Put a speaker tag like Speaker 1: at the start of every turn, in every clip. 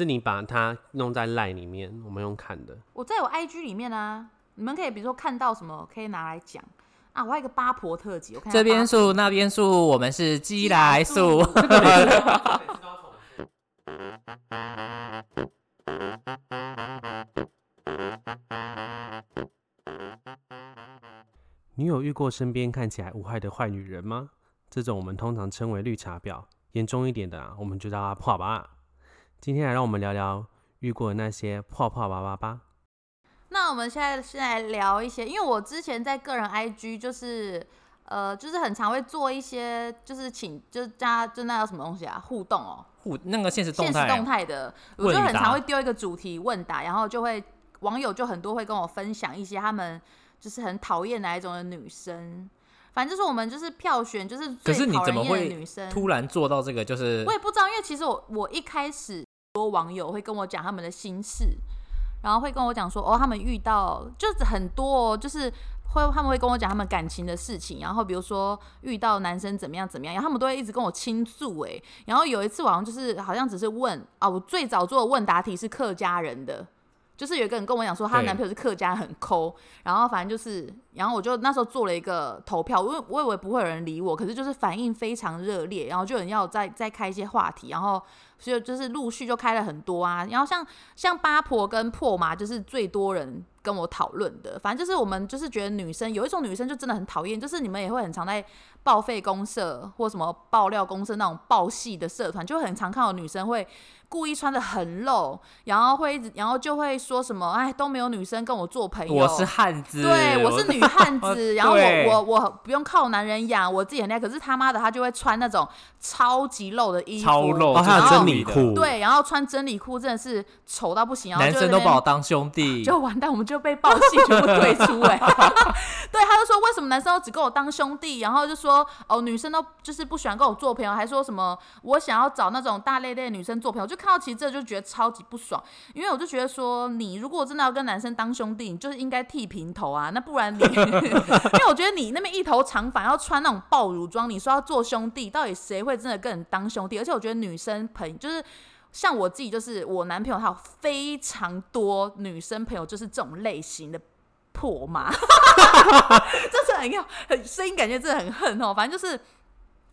Speaker 1: 是你把它弄在赖里面，我们用看的。
Speaker 2: 我在我 IG 里面啊，你们可以比如说看到什么可以拿来讲啊。我还有一个八婆特辑，我看到
Speaker 3: 这边
Speaker 2: 八
Speaker 3: 素那边素，我们是鸡来素
Speaker 2: 鸡。
Speaker 1: 你有遇过身边看起来无害的坏女人吗？这种我们通常称为绿茶婊，严重一点的啊，我们就叫她破吧。今天来让我们聊聊遇过的那些破破吧吧吧。
Speaker 2: 那我们现在先来聊一些，因为我之前在个人 IG 就是呃，就是很常会做一些，就是请就是加就那叫什么东西啊，互动哦，
Speaker 3: 互那个现实
Speaker 2: 现
Speaker 3: 动
Speaker 2: 实
Speaker 3: 态
Speaker 2: 动
Speaker 3: 啊，
Speaker 2: 态的，我
Speaker 3: 问
Speaker 2: 就
Speaker 3: 与
Speaker 2: 很
Speaker 3: 答
Speaker 2: 常会丢一个主题问答，然后就会网友就很多会跟我分享一些他们就是很讨厌哪一种的女生，反正就是我们就是票选就是
Speaker 3: 可
Speaker 2: 最
Speaker 3: 是你
Speaker 2: 讨
Speaker 3: 怎
Speaker 2: 人
Speaker 3: 么
Speaker 2: 厌的
Speaker 3: 会
Speaker 2: 女生，
Speaker 3: 突然做到这个？就是
Speaker 2: 我也不知道，因为其实我我一开始多网友会跟我讲他们的心事，然后会跟我讲说哦，他们遇到就是很多、哦，就是会他们会跟我讲他们感情的事情，然后比如说遇到男生怎么样怎么样，然后他们都会一直跟我倾诉哎。然后有一次晚上就是好像只是问啊，我最早做的问答题是客家人的。就是有一个人跟我讲说，她
Speaker 3: 对
Speaker 2: 男朋友是客家人，很抠。然后反正就是，然后我就那时候做了一个投票，我以为我以为不会有人理我，可是就是反应非常热烈，然后就有人要再再开一些话题，然后所以就是陆续就开了很多啊。然后像像八婆跟破麻就是最多人跟我讨论的，反正就是我们就是觉得女生有一种女生就真的很讨厌，就是你们也会很常在报废公社或什么爆料公社那种爆戏的社团，就很常看到女生会故意穿的很露，然后会一直然后就会说什么哎都没有女生跟我做朋友，
Speaker 3: 我是汉子，哦
Speaker 2: 对，我是女 汉子，然后我
Speaker 3: 对
Speaker 2: 我我不用靠男人养，我自己很厉害。可是他妈的，他就会穿那种超级露的衣服，
Speaker 3: 超露，
Speaker 1: 哦，还
Speaker 2: 然
Speaker 1: 有
Speaker 2: 后
Speaker 1: 真理裤，，
Speaker 2: 对，然后穿真理裤真的是丑到不行，然后
Speaker 3: 男
Speaker 2: 就在
Speaker 3: 生
Speaker 2: 那
Speaker 3: 都
Speaker 2: 边啊
Speaker 3: 把我当兄弟，
Speaker 2: 就完蛋，我们就被报系全部退出哎、 对，他就说为什么男生都只跟我当兄弟，然后就说哦女生都就是不喜欢跟我做朋友，还说什么我想要找那种大咧咧的女生做朋友，就看到其实这就觉得超级不爽，因为我就觉得说你如果真的要跟男生当兄弟，你就是应该剃平头啊，那不然你，因 为我觉得你那边一头长发要穿那种爆乳装，你说要做兄弟，到底谁会真的跟你当兄弟？而且我觉得女生朋就是。像我自己就是我男朋友，他有非常多女生朋友，就是这种类型的破 妈，这是很要很声音，感觉真的很恨哦。反正就是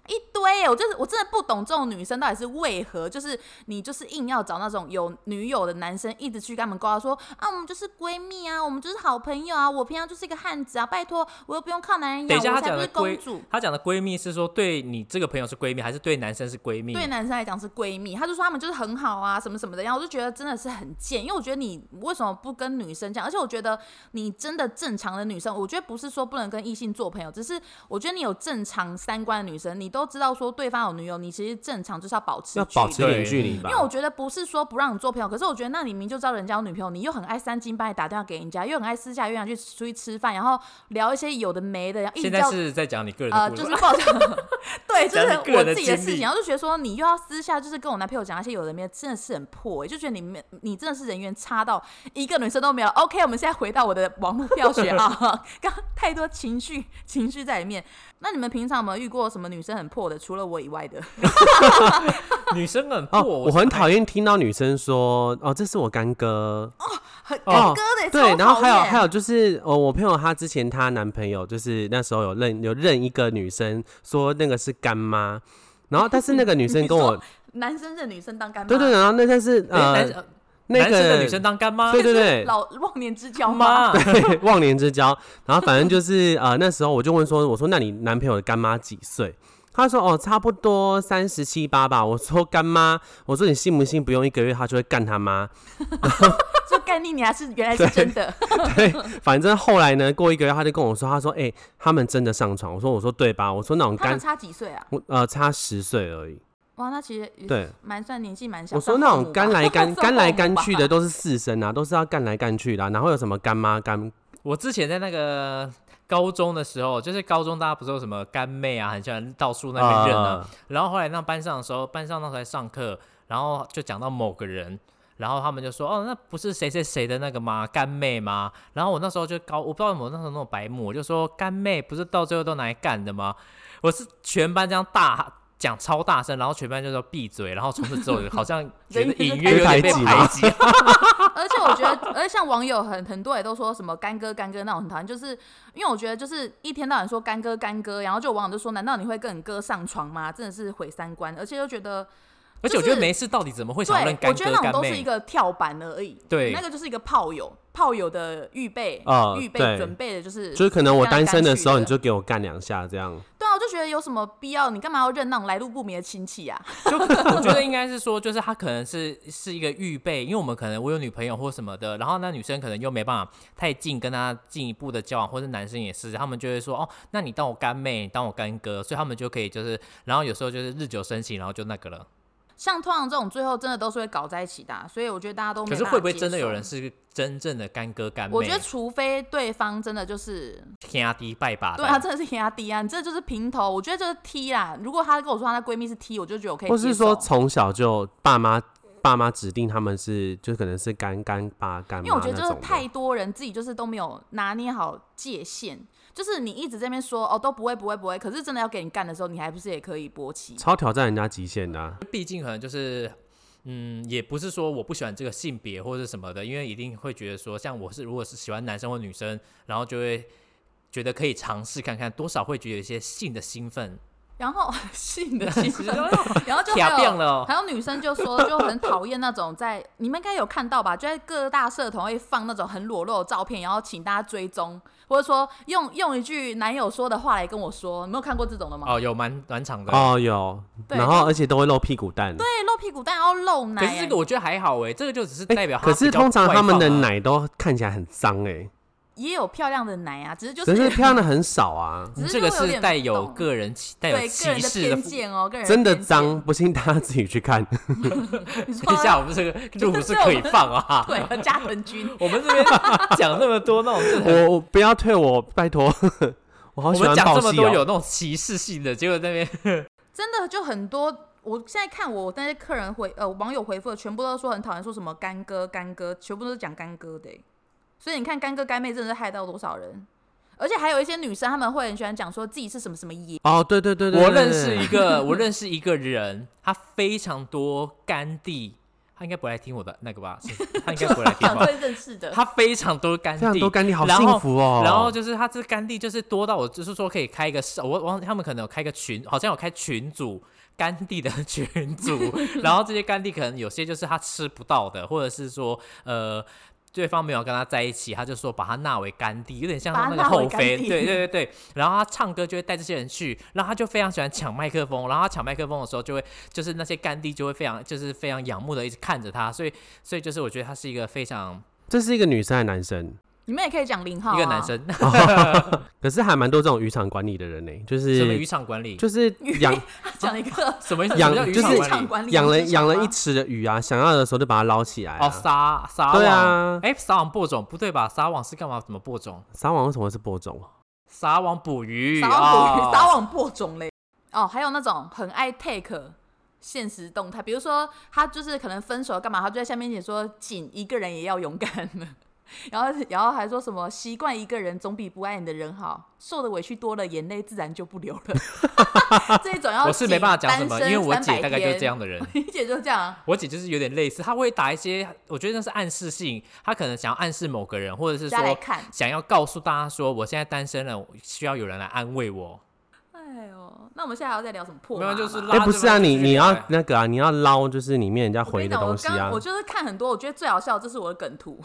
Speaker 2: 一堆耶，我就是我真的不懂这种女生到底是为何，就是你就是硬要找那种有女友的男生，一直去跟他们勾搭说啊，我们就是闺蜜啊，我们就是好朋友啊，我平常就是一个汉子啊，拜托，我又不用靠男人
Speaker 3: 等
Speaker 2: 养，
Speaker 3: 一下，
Speaker 2: 我
Speaker 3: 她
Speaker 2: 才
Speaker 3: 讲
Speaker 2: 不是
Speaker 3: 的
Speaker 2: 公
Speaker 3: 闺
Speaker 2: 主。，
Speaker 3: 她讲的闺蜜是说对你这个朋友是闺蜜，还是对男生是闺蜜？
Speaker 2: 对男生来讲是闺蜜，他就说他们就是很好啊，什么什么的，然后我就觉得真的是很贱，因为我觉得你为什么不跟女生讲？而且我觉得你真的正常的女生，我觉得不是说不能跟异性做朋友，只是我觉得你有正常三观的女生，你都知道说对方有女友，你其实正常就是要保持
Speaker 1: 要
Speaker 2: 距
Speaker 1: 保
Speaker 2: 离
Speaker 1: 持一点
Speaker 3: 对
Speaker 1: 距离吧
Speaker 2: 因为。我觉得不是说不让你做朋友，可是我觉得那你明明就知道人家有女朋友，你又很爱三更半夜打电话给人家，又很爱私下约人家去出去吃饭，然后聊一些有的没的，然后一直
Speaker 3: 现在
Speaker 2: 叫
Speaker 3: 是在讲你个人的
Speaker 2: 呃，
Speaker 3: 故
Speaker 2: 就
Speaker 3: 事
Speaker 2: 是
Speaker 3: 吧，
Speaker 2: 抱着， 对，就
Speaker 3: 讲你
Speaker 2: 是
Speaker 3: 个
Speaker 2: 我
Speaker 3: 人的
Speaker 2: 自己的
Speaker 3: 经
Speaker 2: 事情，
Speaker 3: 历
Speaker 2: 然后就觉得说你又要私下就是跟我男朋友讲那些有的没的，真的是很破、欸，就觉得你们你真的是人缘差到一个女生都没有。OK，我们现在回到我的网络票选 啊，刚太多情绪情绪在里面。那你们平常有没有遇过什么女生很破的？除了我以外的，
Speaker 3: 女生很破，
Speaker 1: 哦，我很讨厌听到女生说哦，这是我干哥，
Speaker 2: 很
Speaker 1: 哦
Speaker 2: 哥 的、欸，
Speaker 1: 对，
Speaker 2: 超
Speaker 1: 然后
Speaker 2: 讨
Speaker 1: 还有
Speaker 2: 厌
Speaker 1: 还有就是，呃，我朋友她之前她男朋友就是那时候有认有认一个女生，说那个是干妈，然后但是那个女生
Speaker 2: 你
Speaker 1: 跟我
Speaker 2: 说，男生认女生当干妈，
Speaker 1: 对对，然后那但是
Speaker 3: 哎男
Speaker 1: 呃
Speaker 3: 生
Speaker 1: 那
Speaker 3: 男生
Speaker 1: 个
Speaker 3: 的女生当干妈
Speaker 1: 对对对
Speaker 2: 老忘年之交吗？
Speaker 3: 妈，
Speaker 1: 对 忘年之交，然后反正就是呃那时候我就问说，我说那你男朋友的干妈几岁？她说哦，差不多三十七八吧。我说干妈，我说你信不信？不用一个月，她就会干他 妈。
Speaker 2: 这概念你还是原来是真的，
Speaker 1: 对，反正后来呢，过一个月，她就跟我说，她说哎、他们真的上床。我说我说对吧？我说那种
Speaker 2: 他
Speaker 1: 干
Speaker 2: 们差几岁啊？
Speaker 1: 我呃，差十岁而已。
Speaker 2: 哇，那其实也
Speaker 1: 对，
Speaker 2: 蛮算年纪蛮小。
Speaker 1: 我说
Speaker 2: 算
Speaker 1: 那
Speaker 2: 后母
Speaker 1: 种
Speaker 2: 吧
Speaker 1: 干 来干
Speaker 2: 算
Speaker 1: 干来
Speaker 2: 后母
Speaker 1: 干
Speaker 2: 吧
Speaker 1: 去的都是四声啊，都是要干来干去的啊、然后有什么干妈干
Speaker 3: 我之前在那个高中的时候，就是高中大家不是有什么干妹啊，很喜欢到处那边认啊。
Speaker 1: 呃
Speaker 3: 然后后来那班上的时候，班上那时候在上课，然后就讲到某个人，然后他们就说：“哦，那不是谁谁谁的那个吗？干妹吗？”然后我那时候就高，我不知道我那时候那种白目，我就说：“干妹不是到最后都拿来干的吗？”我是全班这样大。讲超大声，然后全班就说 闭嘴，然后从此之后好像觉得
Speaker 2: 人也是
Speaker 3: 隐约有
Speaker 1: 被
Speaker 3: 点被
Speaker 1: 排
Speaker 3: 排 挤，
Speaker 2: 啊而且我觉得，而且像网友很很多也都说什么干哥干哥那种很讨厌，就是因为我觉得就是一天到晚说干哥干哥，然后就有网友就说难道你会跟你哥上床吗？真的是毁三观，而且又觉得
Speaker 3: 而且我觉得没事，到底怎么会想要认
Speaker 2: 对，我
Speaker 3: 干
Speaker 2: 觉得
Speaker 3: 哥
Speaker 2: 那种
Speaker 3: 干
Speaker 2: 都是一
Speaker 3: 妹？
Speaker 2: 个跳板而已，
Speaker 3: 对
Speaker 2: 那个就是一个炮友炮友的预备
Speaker 1: 哦
Speaker 2: 预
Speaker 1: 对
Speaker 2: 备准备的就是
Speaker 1: 就是可能我
Speaker 2: 干来
Speaker 1: 单身的
Speaker 2: 干去
Speaker 1: 时候，你就给我干两下这样。
Speaker 2: 对啊，我就觉得有什么必要？你干嘛要认那种来路不明的亲戚啊？
Speaker 3: 就我觉得应该是说，就是他可能是是一个预备，因为我们可能我有女朋友或什么的，然后那女生可能又没办法太近跟他进一步的交往，或者男生也是，他们就会说哦，那你当我干妹，你当我干哥，所以他们就可以就是，然后有时候就是日久生情，然后就那个了。
Speaker 2: 像通常这种最后真的都是会搞在一起的啊、所以我觉得大家都没
Speaker 3: 可是
Speaker 2: 办
Speaker 3: 会
Speaker 2: 法
Speaker 3: 不会
Speaker 2: 接
Speaker 3: 真的有
Speaker 2: 受
Speaker 3: 人？是真正的干哥干妹？
Speaker 2: 我觉得除非对方真的就是
Speaker 3: 天涯低拜把的。
Speaker 2: 对啊，真的是压低啊，你这就是平头，我觉得就是 T 啦。如果她跟我说她的闺蜜是 T，我就觉得我可以接
Speaker 1: 或
Speaker 2: 受。
Speaker 1: 是说从小就爸妈爸妈指定他们是，就可能是干干爸干
Speaker 2: 因为我
Speaker 1: 妈
Speaker 2: 觉
Speaker 1: 啊那
Speaker 2: 得就是
Speaker 1: 种的。
Speaker 2: 太多人自己就是都没有拿捏好界限，就是你一直在那边说哦都不会不会不会，可是真的要给你干的时候，你还不是也可以勃起？
Speaker 1: 超挑战人家极限的啊、
Speaker 3: 毕竟可能就是，嗯，也不是说我不喜欢这个性别或者什么的，因为一定会觉得说，像我是如果是喜欢男生或女生，然后就会觉得可以尝试看看，多少会觉得有一些性的兴奋。
Speaker 2: 然后 性的气 质，然后就
Speaker 3: 卡
Speaker 2: 还
Speaker 3: 变
Speaker 2: 有
Speaker 3: 了哦
Speaker 2: 还有女生就说就很讨厌那种在你们应该有看到吧，就在各大社团会放那种很裸露的照片，然后请大家追踪，或者说用用一句男友说的话来跟我说，你没有看过这种的吗？
Speaker 3: 哦，有蛮蛮长的。
Speaker 1: 哦，有，
Speaker 2: 对
Speaker 1: 然后而且都会露屁股蛋。
Speaker 2: 对，露屁股蛋然后露奶
Speaker 3: 可
Speaker 2: 欸、
Speaker 3: 是这个我觉得还好哎、这个就只是
Speaker 1: 哎
Speaker 3: 代表他
Speaker 1: 可
Speaker 3: 比
Speaker 1: 是
Speaker 3: 较
Speaker 1: 通常
Speaker 3: 外
Speaker 1: 他们的
Speaker 3: 放啊，
Speaker 1: 奶都看起来很脏哎、
Speaker 2: 也有漂亮的奶啊，只是就
Speaker 1: 只是
Speaker 2: 是
Speaker 1: 漂亮的很少 啊，
Speaker 2: 只是
Speaker 3: 这个
Speaker 2: 就会有
Speaker 3: 是
Speaker 2: 点
Speaker 3: 带
Speaker 2: 不
Speaker 3: 有
Speaker 2: 懂
Speaker 3: 个人歧带有
Speaker 2: 对个
Speaker 3: 歧
Speaker 2: 人的
Speaker 3: 视的
Speaker 2: 偏
Speaker 3: 附。
Speaker 2: 见哦，个人的
Speaker 1: 真的
Speaker 2: 偏见
Speaker 1: 脏，。不信大家自己去看。
Speaker 2: 你说
Speaker 3: 等 一下，我们这个路不是可以 放啊。
Speaker 2: 对，加藤君，
Speaker 3: 我们这边讲那么多那种就是 很
Speaker 1: 我我不要退我，拜托，我好
Speaker 3: 我
Speaker 1: 喜
Speaker 3: 们
Speaker 1: 欢
Speaker 3: 讲
Speaker 1: 报
Speaker 3: 这么
Speaker 1: 喜
Speaker 3: 多有
Speaker 1: 哦。
Speaker 3: 那种歧视性的，结果那边
Speaker 2: 真的就很多。我现在看我那些客人回呃网友回复的，全部都说很讨厌，说什么干哥干哥，全部都是讲干哥的欸、所以你看干哥干妹真的是害到多少人，而且还有一些女生，她们会很喜欢讲说自己是什么什么爷，
Speaker 1: 哦，对对对对，
Speaker 3: 我
Speaker 1: 对
Speaker 3: 认识一个，我认识一个人，他非常多干弟，他应该不来听我的那个吧？是他应该不来 听
Speaker 2: 讲
Speaker 3: 吧
Speaker 2: 会？认识的。
Speaker 3: 他非常多干
Speaker 1: 非
Speaker 3: 弟，
Speaker 1: 常多干弟，好
Speaker 3: 然
Speaker 1: 幸
Speaker 3: 后
Speaker 1: 福哦。
Speaker 3: 然后就是他这干弟就是多到我就是说可以开一个社，我忘他们可能有开个群，好像有开群组干弟的 群组，然后这些干弟可能有些就是他吃不到的，或者是说呃。对方没有跟他在一起，他就说把他纳为干弟，有点像
Speaker 2: 把他
Speaker 3: 那个
Speaker 2: 纳为
Speaker 3: 后妃，
Speaker 2: 干弟
Speaker 3: 对对对对。然后他唱歌就会带这些人去，然后他就非常喜欢抢麦克风，然后他抢麦克风的时候就会，就是那些干弟就会非常就是非常仰慕的一直看着他，所以所以就是我觉得他是一个非常
Speaker 1: 这是一个女生还是男生？
Speaker 2: 你们也可以讲零号、啊，
Speaker 3: 一个男生，
Speaker 1: 可是还蛮多这种渔场管理的人呢、就
Speaker 3: 什么
Speaker 1: 哦是
Speaker 3: 渔场管理，
Speaker 1: 就是养
Speaker 2: 他讲了一个
Speaker 3: 什么意思？
Speaker 1: 养
Speaker 3: 什么叫渔
Speaker 1: 就
Speaker 3: 场
Speaker 1: 是
Speaker 3: 管理
Speaker 2: 管理
Speaker 1: 养了
Speaker 2: 你是
Speaker 1: 养了
Speaker 2: 想
Speaker 1: 一
Speaker 2: 吗
Speaker 1: 池的鱼啊，想要的时候就把它捞起来、
Speaker 3: 哦，
Speaker 1: 啊。
Speaker 3: 撒撒网，
Speaker 1: 对啊
Speaker 3: 哎，撒网播种不对吧？撒网是干嘛？怎么播种？
Speaker 1: 撒网为什么是播种？
Speaker 3: 撒网捕鱼，
Speaker 2: 撒网捕
Speaker 3: 哦
Speaker 2: 鱼、撒网播种嘞。哦，还有那种很爱 take 现实动态，比如说他就是可能分手干嘛，他就在下面写说“仅一个人也要勇敢”， 然后然后还说什么“习惯一个人总比不爱你的人好”，受的委屈多了，眼泪自然就不流了。 这一种要
Speaker 3: 我是没办法讲什么，
Speaker 2: 仅
Speaker 3: 因
Speaker 2: 单身
Speaker 3: 为我姐大概就是
Speaker 2: 300
Speaker 3: 这样的
Speaker 2: 天
Speaker 3: 人。。
Speaker 2: 你姐就这样啊，
Speaker 3: 我姐就是有点类似，她会打一些，我觉得那是暗示性，她可能想要暗示某个人，或者是
Speaker 2: 大家来
Speaker 3: 说
Speaker 2: 看，
Speaker 3: 想要告诉大家说，我现在单身了，需要有人来安慰我。
Speaker 2: 哎呦，那我们现在还要再聊什么破
Speaker 3: 没
Speaker 2: 马
Speaker 3: 有，
Speaker 2: 吗？
Speaker 3: 就是
Speaker 1: 哎、
Speaker 3: 拉
Speaker 1: 不是啊，
Speaker 3: 着
Speaker 1: 你
Speaker 3: 人继续
Speaker 1: 你
Speaker 3: 聊
Speaker 1: 要
Speaker 3: 哎
Speaker 1: 那个啊，你要捞就是里面人家
Speaker 2: 我跟
Speaker 1: 回
Speaker 2: 你
Speaker 1: 的
Speaker 2: 讲，
Speaker 1: 东
Speaker 2: 我
Speaker 1: 西
Speaker 2: 刚
Speaker 1: 啊
Speaker 2: 我。就是看很多，我觉得最好笑的这是我的梗图，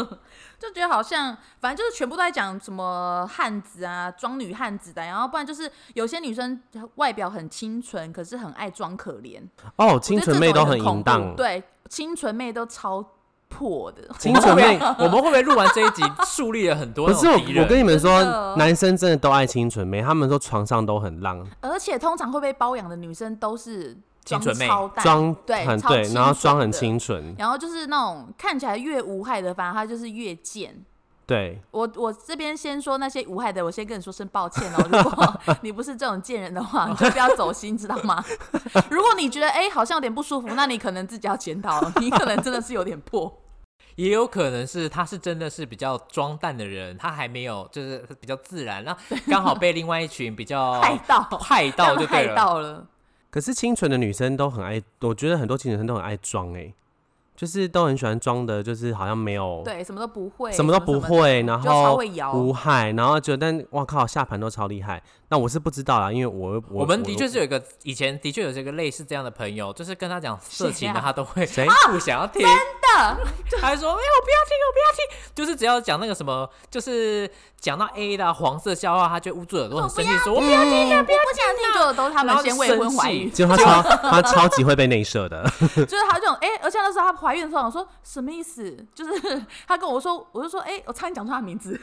Speaker 2: 就觉得好像反正就是全部都在讲什么汉子啊、装女汉子的，然后不然就是有些女生外表很清纯，可是很爱装可怜，
Speaker 1: 哦，清
Speaker 2: 我觉得
Speaker 1: 纯
Speaker 2: 这
Speaker 1: 妹
Speaker 2: 种
Speaker 1: 都
Speaker 2: 也
Speaker 1: 很
Speaker 2: 很恐
Speaker 1: 淫
Speaker 2: 怖
Speaker 1: 荡，
Speaker 2: 对，清纯妹都超破的，
Speaker 1: 清纯妹。
Speaker 3: 我们会不会录完这一集，树立了很多
Speaker 1: 不
Speaker 3: 那
Speaker 1: 是
Speaker 3: 种
Speaker 1: 我，
Speaker 3: 敌
Speaker 1: 我
Speaker 3: 人？
Speaker 1: 跟你们
Speaker 2: 真
Speaker 1: 说
Speaker 2: 的，
Speaker 1: 男生真的都爱清纯妹，他们说床上都很浪，
Speaker 2: 而且通常会被包养的女生都是
Speaker 3: 清
Speaker 2: 装
Speaker 3: 纯妹
Speaker 2: 超淡
Speaker 1: 装
Speaker 2: 对
Speaker 1: 很
Speaker 2: 超
Speaker 1: 对，然后
Speaker 2: 清纯
Speaker 1: 装很
Speaker 2: 的
Speaker 1: 清纯，
Speaker 2: 然后就是那种看起来越无害的，反而她就是越贱。
Speaker 1: 对，
Speaker 2: 我我这边先说那些无害的，我先跟你说声抱歉哦。如 果你不是这种贱人的话，你就不要走心，知道吗？ 如果你觉得哎、诶好像有点不舒服，那你可能自己要检讨了，你可能真的是有点破。
Speaker 3: 也有可能是他是真的是比较装淡的人，他还没有就是
Speaker 1: 哦
Speaker 3: 比较自然，然后刚好被另外一群比 较
Speaker 2: 害到
Speaker 3: 害到就
Speaker 2: 害
Speaker 3: 对了。
Speaker 2: 到了。
Speaker 1: 可是清纯的女生都很爱，我觉得很多清纯生都很爱装哎、就是都很喜欢装的，就是好像没有
Speaker 2: 对，什么都不会，
Speaker 1: 什么都不
Speaker 2: 什么
Speaker 1: 会，然
Speaker 2: 的，就超
Speaker 1: 后
Speaker 2: 会摇。
Speaker 1: 无害，然后就但哇靠，下盘都超厉害。那我是不知道啦，因为我我
Speaker 3: 我们的确是有一个以前的确有这个类似这样的朋友，就是跟他讲色情
Speaker 2: 谁
Speaker 3: 的，
Speaker 2: 啊
Speaker 3: 他都会
Speaker 1: 谁
Speaker 3: 不想要听，
Speaker 2: 的，
Speaker 1: 嗯
Speaker 3: 他还说：“哎、我不要听，我不要听。”就是只要讲那个什么，就是讲到 A 的啊黄色笑话，他就捂住耳朵很生气，说：“我不要听。
Speaker 2: 我哦不想听，就都是他们先未婚怀孕，
Speaker 1: 结果她超她超级会被内射 的，
Speaker 2: 就是他这种哎、而且那时候她怀孕的时候，我说什么意思？就是 她跟我说，我就说哎、我差点讲出她的名字，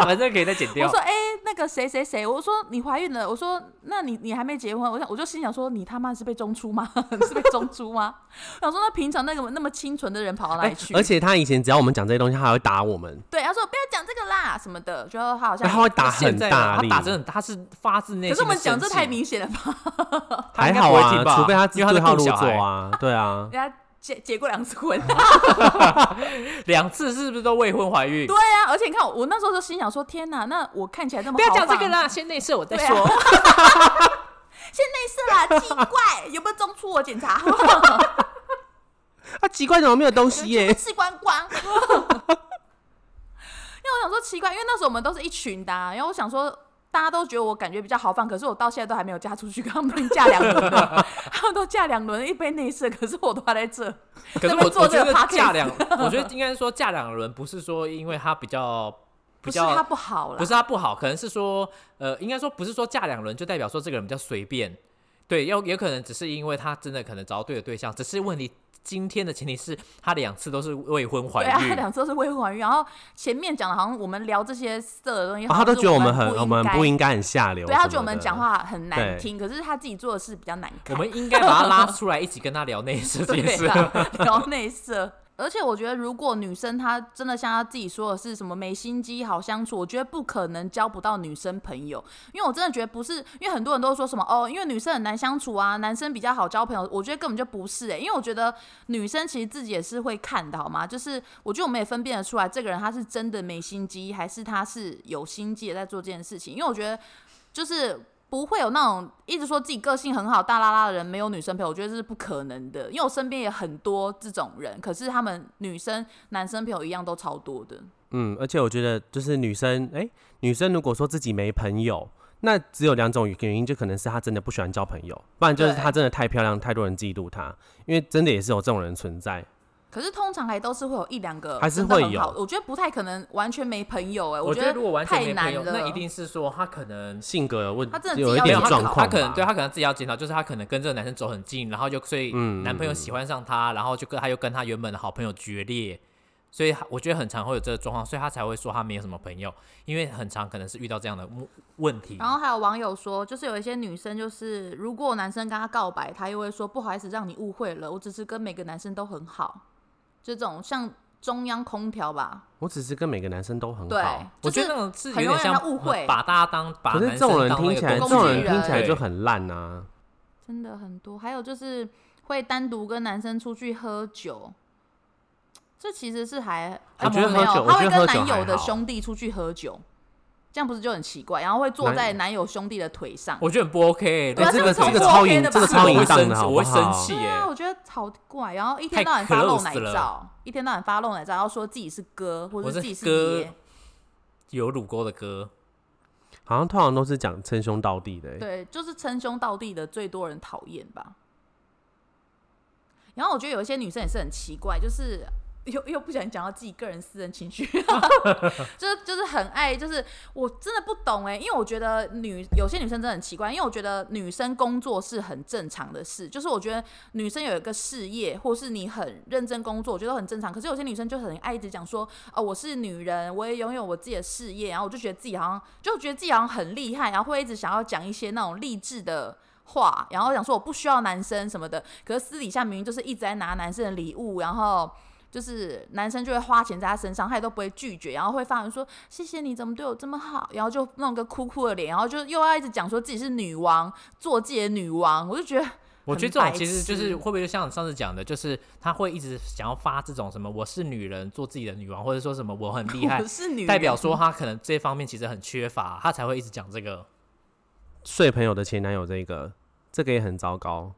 Speaker 3: 反正可以再剪
Speaker 2: 我
Speaker 3: 掉
Speaker 2: 说。哎、那个谁谁谁，我说你怀孕了，我说那你你还没结婚，我想我就心想说你他妈是被中出吗？ 你是被中出吗？我想说那平常那个那么清纯的人跑到
Speaker 3: 哎
Speaker 2: 哪里去？
Speaker 1: 而且她以前只要我们讲这些东西，她还会打我们，
Speaker 2: 对，他说不要讲这个啦什么的，就他好像
Speaker 1: 然后她会打
Speaker 3: 现
Speaker 1: 很
Speaker 3: 在
Speaker 1: 大
Speaker 3: 啊
Speaker 1: 力，
Speaker 3: 他打真的，他是发自内
Speaker 2: 可
Speaker 3: 心的
Speaker 2: 是我们讲这
Speaker 3: 生气
Speaker 2: 太，明显了吧？
Speaker 3: 他
Speaker 1: 还
Speaker 3: 应该
Speaker 1: 好
Speaker 3: 不会
Speaker 1: 啊
Speaker 3: 听，吧
Speaker 1: 除非她自
Speaker 3: 因为
Speaker 1: 对
Speaker 3: 他
Speaker 1: 号入
Speaker 3: 是顾小
Speaker 1: 座
Speaker 3: 孩，
Speaker 1: 啊，对啊
Speaker 2: 人，家结结过两次婚。
Speaker 3: 两次是不是都未婚怀孕？
Speaker 2: 对啊，而且你看我，我那时候就心想说，天哪，那我看起来这么
Speaker 3: 不要讲
Speaker 2: 豪放
Speaker 3: 这个，啦，先内射我再
Speaker 2: 对啊
Speaker 3: 说。
Speaker 2: 先内射啦，奇怪，有没有中出我检查，
Speaker 1: 啊奇怪怎么没有东西
Speaker 2: 全部
Speaker 1: 耶？
Speaker 2: 吃光 光。因为我想说奇怪，因为那时候我们都是一群的啊、然后我想说。大家都觉得我感觉比较豪放，可是我到现在都还没有嫁出去，跟他 们嫁两轮了，他们都嫁两轮，一杯内射，可是我都还在这。
Speaker 3: 可
Speaker 2: 这
Speaker 3: 是
Speaker 2: 边
Speaker 3: 我
Speaker 2: 做
Speaker 3: 我
Speaker 2: 这
Speaker 3: 觉
Speaker 2: 个
Speaker 3: 得
Speaker 2: podcast
Speaker 3: 嫁两，我觉得应该是说嫁两轮，不是说因为他比较
Speaker 2: 不
Speaker 3: 比
Speaker 2: 是他
Speaker 3: 较。
Speaker 2: 不好啦，
Speaker 3: 不是他不好，可能是说，呃，应该说不是说嫁两轮就代表说这个人比较随便，对，有有可能只是因为他真的可能找到对的对象，只是问题今天的前提是他两次都是未婚怀
Speaker 2: 对啊，
Speaker 3: 孕，
Speaker 2: 他两次都是未婚怀孕。然后前面讲的好像我们聊这些色的东西，
Speaker 1: 啊
Speaker 2: 好
Speaker 1: 她都
Speaker 2: 像是
Speaker 1: 觉得我
Speaker 2: 们
Speaker 1: 们很
Speaker 2: 不
Speaker 1: 我们
Speaker 2: 应该
Speaker 1: 不应该很下流什么的，
Speaker 2: 对他觉得我们讲话很难
Speaker 1: 对
Speaker 2: 听，可是他自己做的事比较难
Speaker 3: 我
Speaker 2: 看。
Speaker 3: 们应该把他拉出来一起跟他聊内事这件
Speaker 2: 对
Speaker 3: 事。
Speaker 2: 啊，聊内射。而且我觉得，如果女生她真的像她自己说的是什么没心机、好相处，我觉得不可能交不到女生朋友，因为我真的觉得不是，因为很多人都说什么哦，因为女生很难相处啊，男生比较好交朋友，我觉得根本就不是诶、欸因为我觉得女生其实自己也是会看的好吗？就是我觉得我们也分辨得出来，这个人他是真的没心机，还是他是有心机的在做这件事情，因为我觉得就是不会有那种一直说自己个性很好、大拉拉的人没有女生陪，我觉得这是不可能的。因为我身边也很多这种人，可是他们女生、男生朋友一样都超多的。
Speaker 1: 嗯，而且我觉得就是女生，哎、女生如果说自己没朋友，那只有两种原因，就可能是她真的不喜欢交朋友，不然就是
Speaker 2: 对
Speaker 1: 她真的太漂亮，太多人嫉妒她，因为真的也是有这种人存在。
Speaker 2: 可是通常还都是会有一两个
Speaker 1: 还是
Speaker 2: 真的
Speaker 1: 会
Speaker 2: 很好
Speaker 1: 有
Speaker 2: 的我觉得不太可能完全没朋友哎、
Speaker 3: 我
Speaker 2: 觉
Speaker 3: 觉得如果完全
Speaker 2: 太
Speaker 3: 没
Speaker 2: 难
Speaker 3: 朋友，
Speaker 2: 了。
Speaker 3: 那一定是说他可能
Speaker 1: 性格有问，
Speaker 2: 她真的自己
Speaker 1: 有一
Speaker 2: 要
Speaker 1: 点
Speaker 2: 检讨
Speaker 1: 状况吧，
Speaker 3: 他可能对他可能自己要检讨，就是他可能跟这个男生走很近，然后就所以
Speaker 1: 嗯
Speaker 3: 男朋友喜欢上他，然后就跟他又跟他原本的好朋友决裂，所以我觉得很常会有这个状况，所以他才会说他没有什么朋友，因为很常可能是遇到这样的问问题。
Speaker 2: 然后还有网友说，就是有一些女生，就是如果男生跟她告白，她又会说不好意思让你误会了，我只是跟每个男生都很好，就这种像中央空调吧，
Speaker 1: 我只是跟每个男生都很
Speaker 2: 对
Speaker 1: 好，，
Speaker 3: 我
Speaker 2: 就是
Speaker 3: 觉得那种是有
Speaker 2: 很容
Speaker 3: 点
Speaker 2: 易让
Speaker 3: 像
Speaker 2: 他误会
Speaker 3: 把大家当把
Speaker 1: 可是
Speaker 3: 啊男
Speaker 1: 这
Speaker 3: 生
Speaker 1: 种人
Speaker 3: 当
Speaker 1: 听
Speaker 3: 那个
Speaker 1: 起来，这
Speaker 3: 工
Speaker 1: 种
Speaker 2: 具
Speaker 1: 人听起来
Speaker 3: 人
Speaker 1: 就很烂啊。
Speaker 2: 真的很多，还有就是会单独跟男生出去喝酒，这其实是还
Speaker 1: 我觉得
Speaker 2: 呃没有
Speaker 1: 喝酒我觉
Speaker 2: 他
Speaker 1: 得
Speaker 2: 会跟
Speaker 1: 喝酒
Speaker 2: 男友
Speaker 1: 还
Speaker 2: 的
Speaker 1: 好
Speaker 2: 兄弟出去喝酒，这样不是就很奇怪？然后会坐
Speaker 1: 男
Speaker 2: 在男友兄弟的腿上，
Speaker 3: 我觉得很不 OK，
Speaker 2: 对啊
Speaker 1: 哎这个
Speaker 2: 这个
Speaker 1: 这个
Speaker 2: 超
Speaker 1: 超
Speaker 2: OK
Speaker 1: 淫
Speaker 2: 的，
Speaker 1: 这个
Speaker 2: 吧
Speaker 1: 超淫
Speaker 3: 我会
Speaker 1: 荡
Speaker 3: 生
Speaker 1: 的
Speaker 3: 气
Speaker 1: 好不
Speaker 3: 我会生
Speaker 1: 好？
Speaker 3: 气
Speaker 2: 对
Speaker 3: 耶、
Speaker 2: 啊，我觉得好怪，然后一天
Speaker 3: 太
Speaker 2: 到晚发露奶
Speaker 3: close 了
Speaker 2: 照，一天到晚发露奶照，然后说自己是哥或者
Speaker 3: 我
Speaker 2: 自
Speaker 3: 是
Speaker 2: 己是
Speaker 3: 哥
Speaker 2: 爷，
Speaker 3: 有乳沟的歌，
Speaker 1: 好像通常都是讲称兄道弟的、欸，
Speaker 2: 对，就是称兄道弟的最多人讨厌吧。然后我觉得有一些女生也是很奇怪，就是又又不想讲到自己个人私人情绪， 就是就是很爱，就是我真的不懂哎、因为我觉得女有些女生真的很奇怪，因为我觉得女生工作是很正常的事，就是我觉得女生有一个事业，或是你很认真工作，我觉得都很正常。可是有些女生就很爱一直讲说，哦，我是女人，我也拥有我自己的事业，然后我就觉得自己好像，就觉得自己好像很厉害，然后会一直想要讲一些那种励志的。话，然后讲说我不需要男生什么的，可是私底下明明就是一直在拿男生的礼物，然后就是男生就会花钱在他身上，他也都不会拒绝，然后会发文说谢谢你怎么对我这么好，然后就弄个哭哭的脸，然后就又要一直讲说自己是女王，做自己的女王，我就觉得
Speaker 3: 我
Speaker 2: 很
Speaker 3: 觉得这种
Speaker 2: 白
Speaker 3: 其实就
Speaker 2: 痴
Speaker 3: 是会不会就像你上次讲的，就是他会一直想要发这种什么我是女人做自己的女王，或者说什么我很厉害
Speaker 2: 我，是女人，
Speaker 3: 代表说他可能这方面其实很缺乏，他才会一直讲这个。
Speaker 1: 睡朋友的前男友这个这个也很糟糕。